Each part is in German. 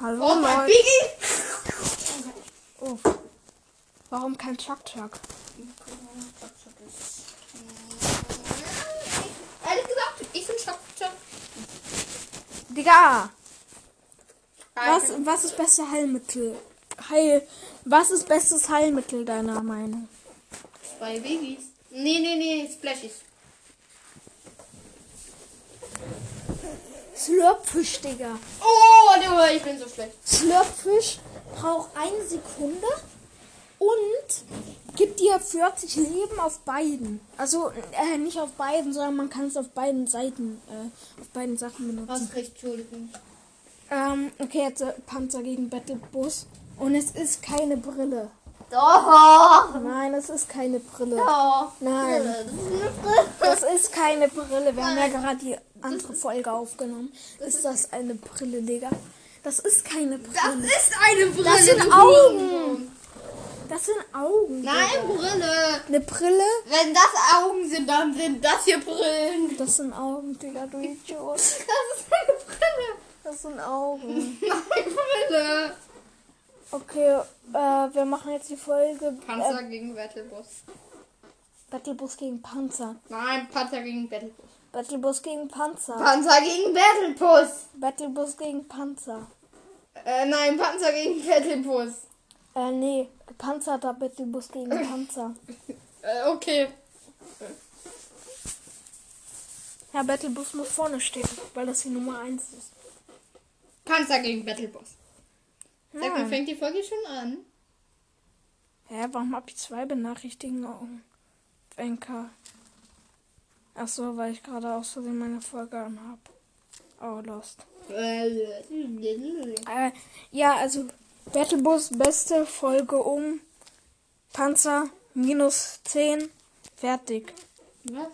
Hallo Oh mein Leute. Biggie! Oh. Warum kein Chuck Chuck? Ehrlich gesagt, ich bin Schock. Digga! Was, was ist beste Heilmittel? Heil. Was ist bestes Heilmittel deiner Meinung? Zwei Biggies. Nee, nee, nee, Splashies. Slurpfisch, Digga. Oh, Junge, ich bin so schlecht. Slurpfisch braucht eine Sekunde und gibt dir 40 Leben auf beiden. Also äh, nicht auf beiden, sondern man kann es auf beiden Seiten, äh, auf beiden Sachen benutzen. Was kriegt Entschuldigung. Ähm, okay, jetzt äh, Panzer gegen Battlebus. Und es ist keine Brille. Doch! Nein, es ist keine Brille. Doch! Nein, Das ist eine Brille. das ist keine Brille. Wir haben ja gerade die andere Folge aufgenommen. Ist das eine Brille, Digga? Das ist keine Das Brille. ist eine Brille. Das sind du Augen. Hurensohn. Das sind Augen. Nein, Brille. Eine Brille? Wenn das Augen sind, dann sind das hier Brillen. Das sind Augen, Digga, du Idiot. Das ist eine Brille. Das sind Augen. Nein, Brille. Okay, äh, wir machen jetzt die Folge Panzer äh, gegen Battlebus. Battlebus gegen Panzer. Nein, Panzer gegen Battlebus. Battlebus gegen Panzer. Panzer gegen Battlebus. Battlebus gegen Panzer. Äh, nein, Panzer gegen Battlebus. Äh, nee, gepanzerter Battlebus gegen Panzer. Äh, okay. Ja, Battlebus muss vorne stehen, weil das die Nummer 1 ist. Panzer gegen Battlebus. Sag mal, Nein. fängt die Folge schon an? Hä, warum hab ich zwei Benachrichtigungen? Wenker. Ach so, weil ich gerade aus Versehen meine Folge anhab. Oh, lost. Äh, ja, also Battlebus beste Folge um Panzer minus 10 fertig. Was?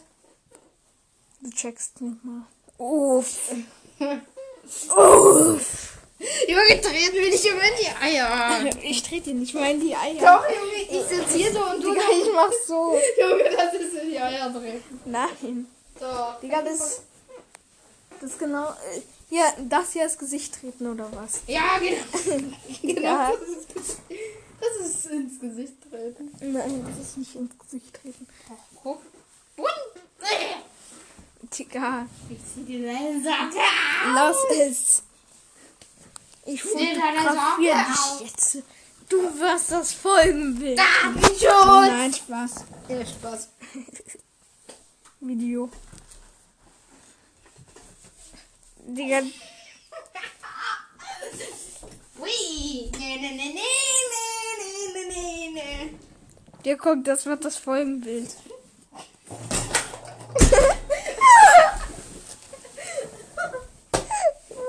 Du checkst nicht mal. Uff. Übergetreten bin ich immer in die Eier. Ich trete dir nicht mal in die Eier. Doch, Junge, ich sitze hier so und du. Digga, ich mach so. Junge, das ist in die Eier treten. Nein. Doch. Digga, das. Das genau. äh, Hier, das hier ins Gesicht treten oder was? Ja, genau. genau. Ja. Das ist, das ist ins Gesicht treten. Nein, das ist nicht ins Gesicht treten. Guck. Und. Digga, Ich zieh dir deine Socke. lass es. Ich Nee, deine fotografiere Socke dich jetzt. Du wirst das Folgenbild. Datenschutz. Nein, Spaß. Ja, Spaß. Video. Digga, Ui. Nee, nee, nee, nee, nee, nee, nee, nee. dir guckt, das wird das Folgenbild.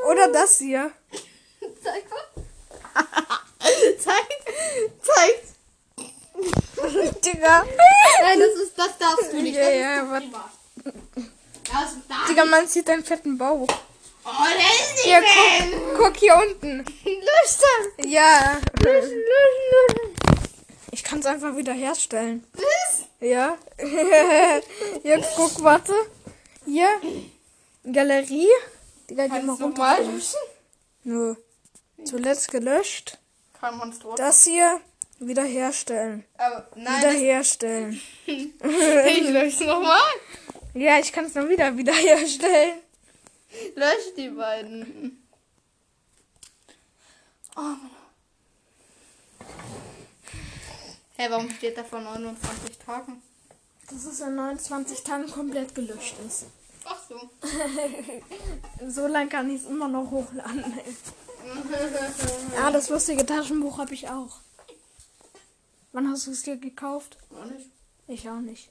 Oder das hier. Zeig mal. Zeig. Zeig. Digga. Nein, das ist das darfst du nicht. Ja, das ja, ist warte. privat. Das darf. Digga, man sieht deinen fetten Bauch. Oh, der ist nicht Hier, weg. guck, guck hier unten. Lösch das. Ja. Löschen, löschen, löschen. Ich kann es einfach wieder herstellen. Das? Ja. Hier, guck, warte. Hier. Galerie. Digga, geh mal Kannst du runter. mal löschen? Nö. Zuletzt gelöscht. Kein Monstrum. Das hier wiederherstellen. Aber nein, Wiederherstellen. das, ich lösche nochmal. Ja, ich kann es dann wieder wiederherstellen. Lösch die beiden. Oh. Hey, warum steht da vor 29 Tagen? Dass es in 29 Tagen komplett gelöscht ist. Ach so. So lange kann ich es immer noch hochladen. Ja, das lustige Taschenbuch habe ich auch. Wann hast du es dir gekauft? Noch nicht. Ich auch nicht.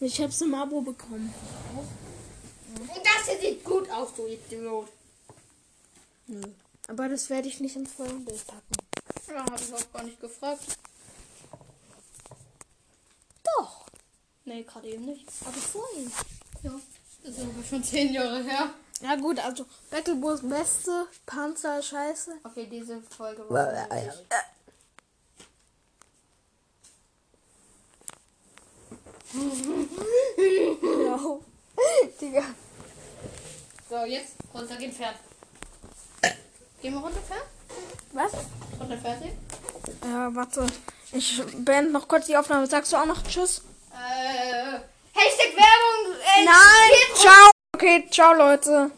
Ich hab's im Abo bekommen. Und das hier sieht gut aus, du Idiot. Nö. Aber das werde ich nicht ins Folgenbild packen. Ja, hab ich auch gar nicht gefragt. Doch, Nee, gerade eben nicht. aber vorhin. Ja. Das ist aber schon 10 Jahre her. Ja gut, also Battlebus beste, Panzer scheiße. Okay, diese Folge war. unnötig. Genau. Digga. So, jetzt runter geht's Pferd. Gehen wir runter, Fer? Was? Runter fertig? Ja, Äh, warte. Ich beende noch kurz die Aufnahme. Sagst du auch noch Tschüss? Äh, Hashtag Werbung. Äh, Nein! Hilfe. Ciao! Okay, ciao, Leute.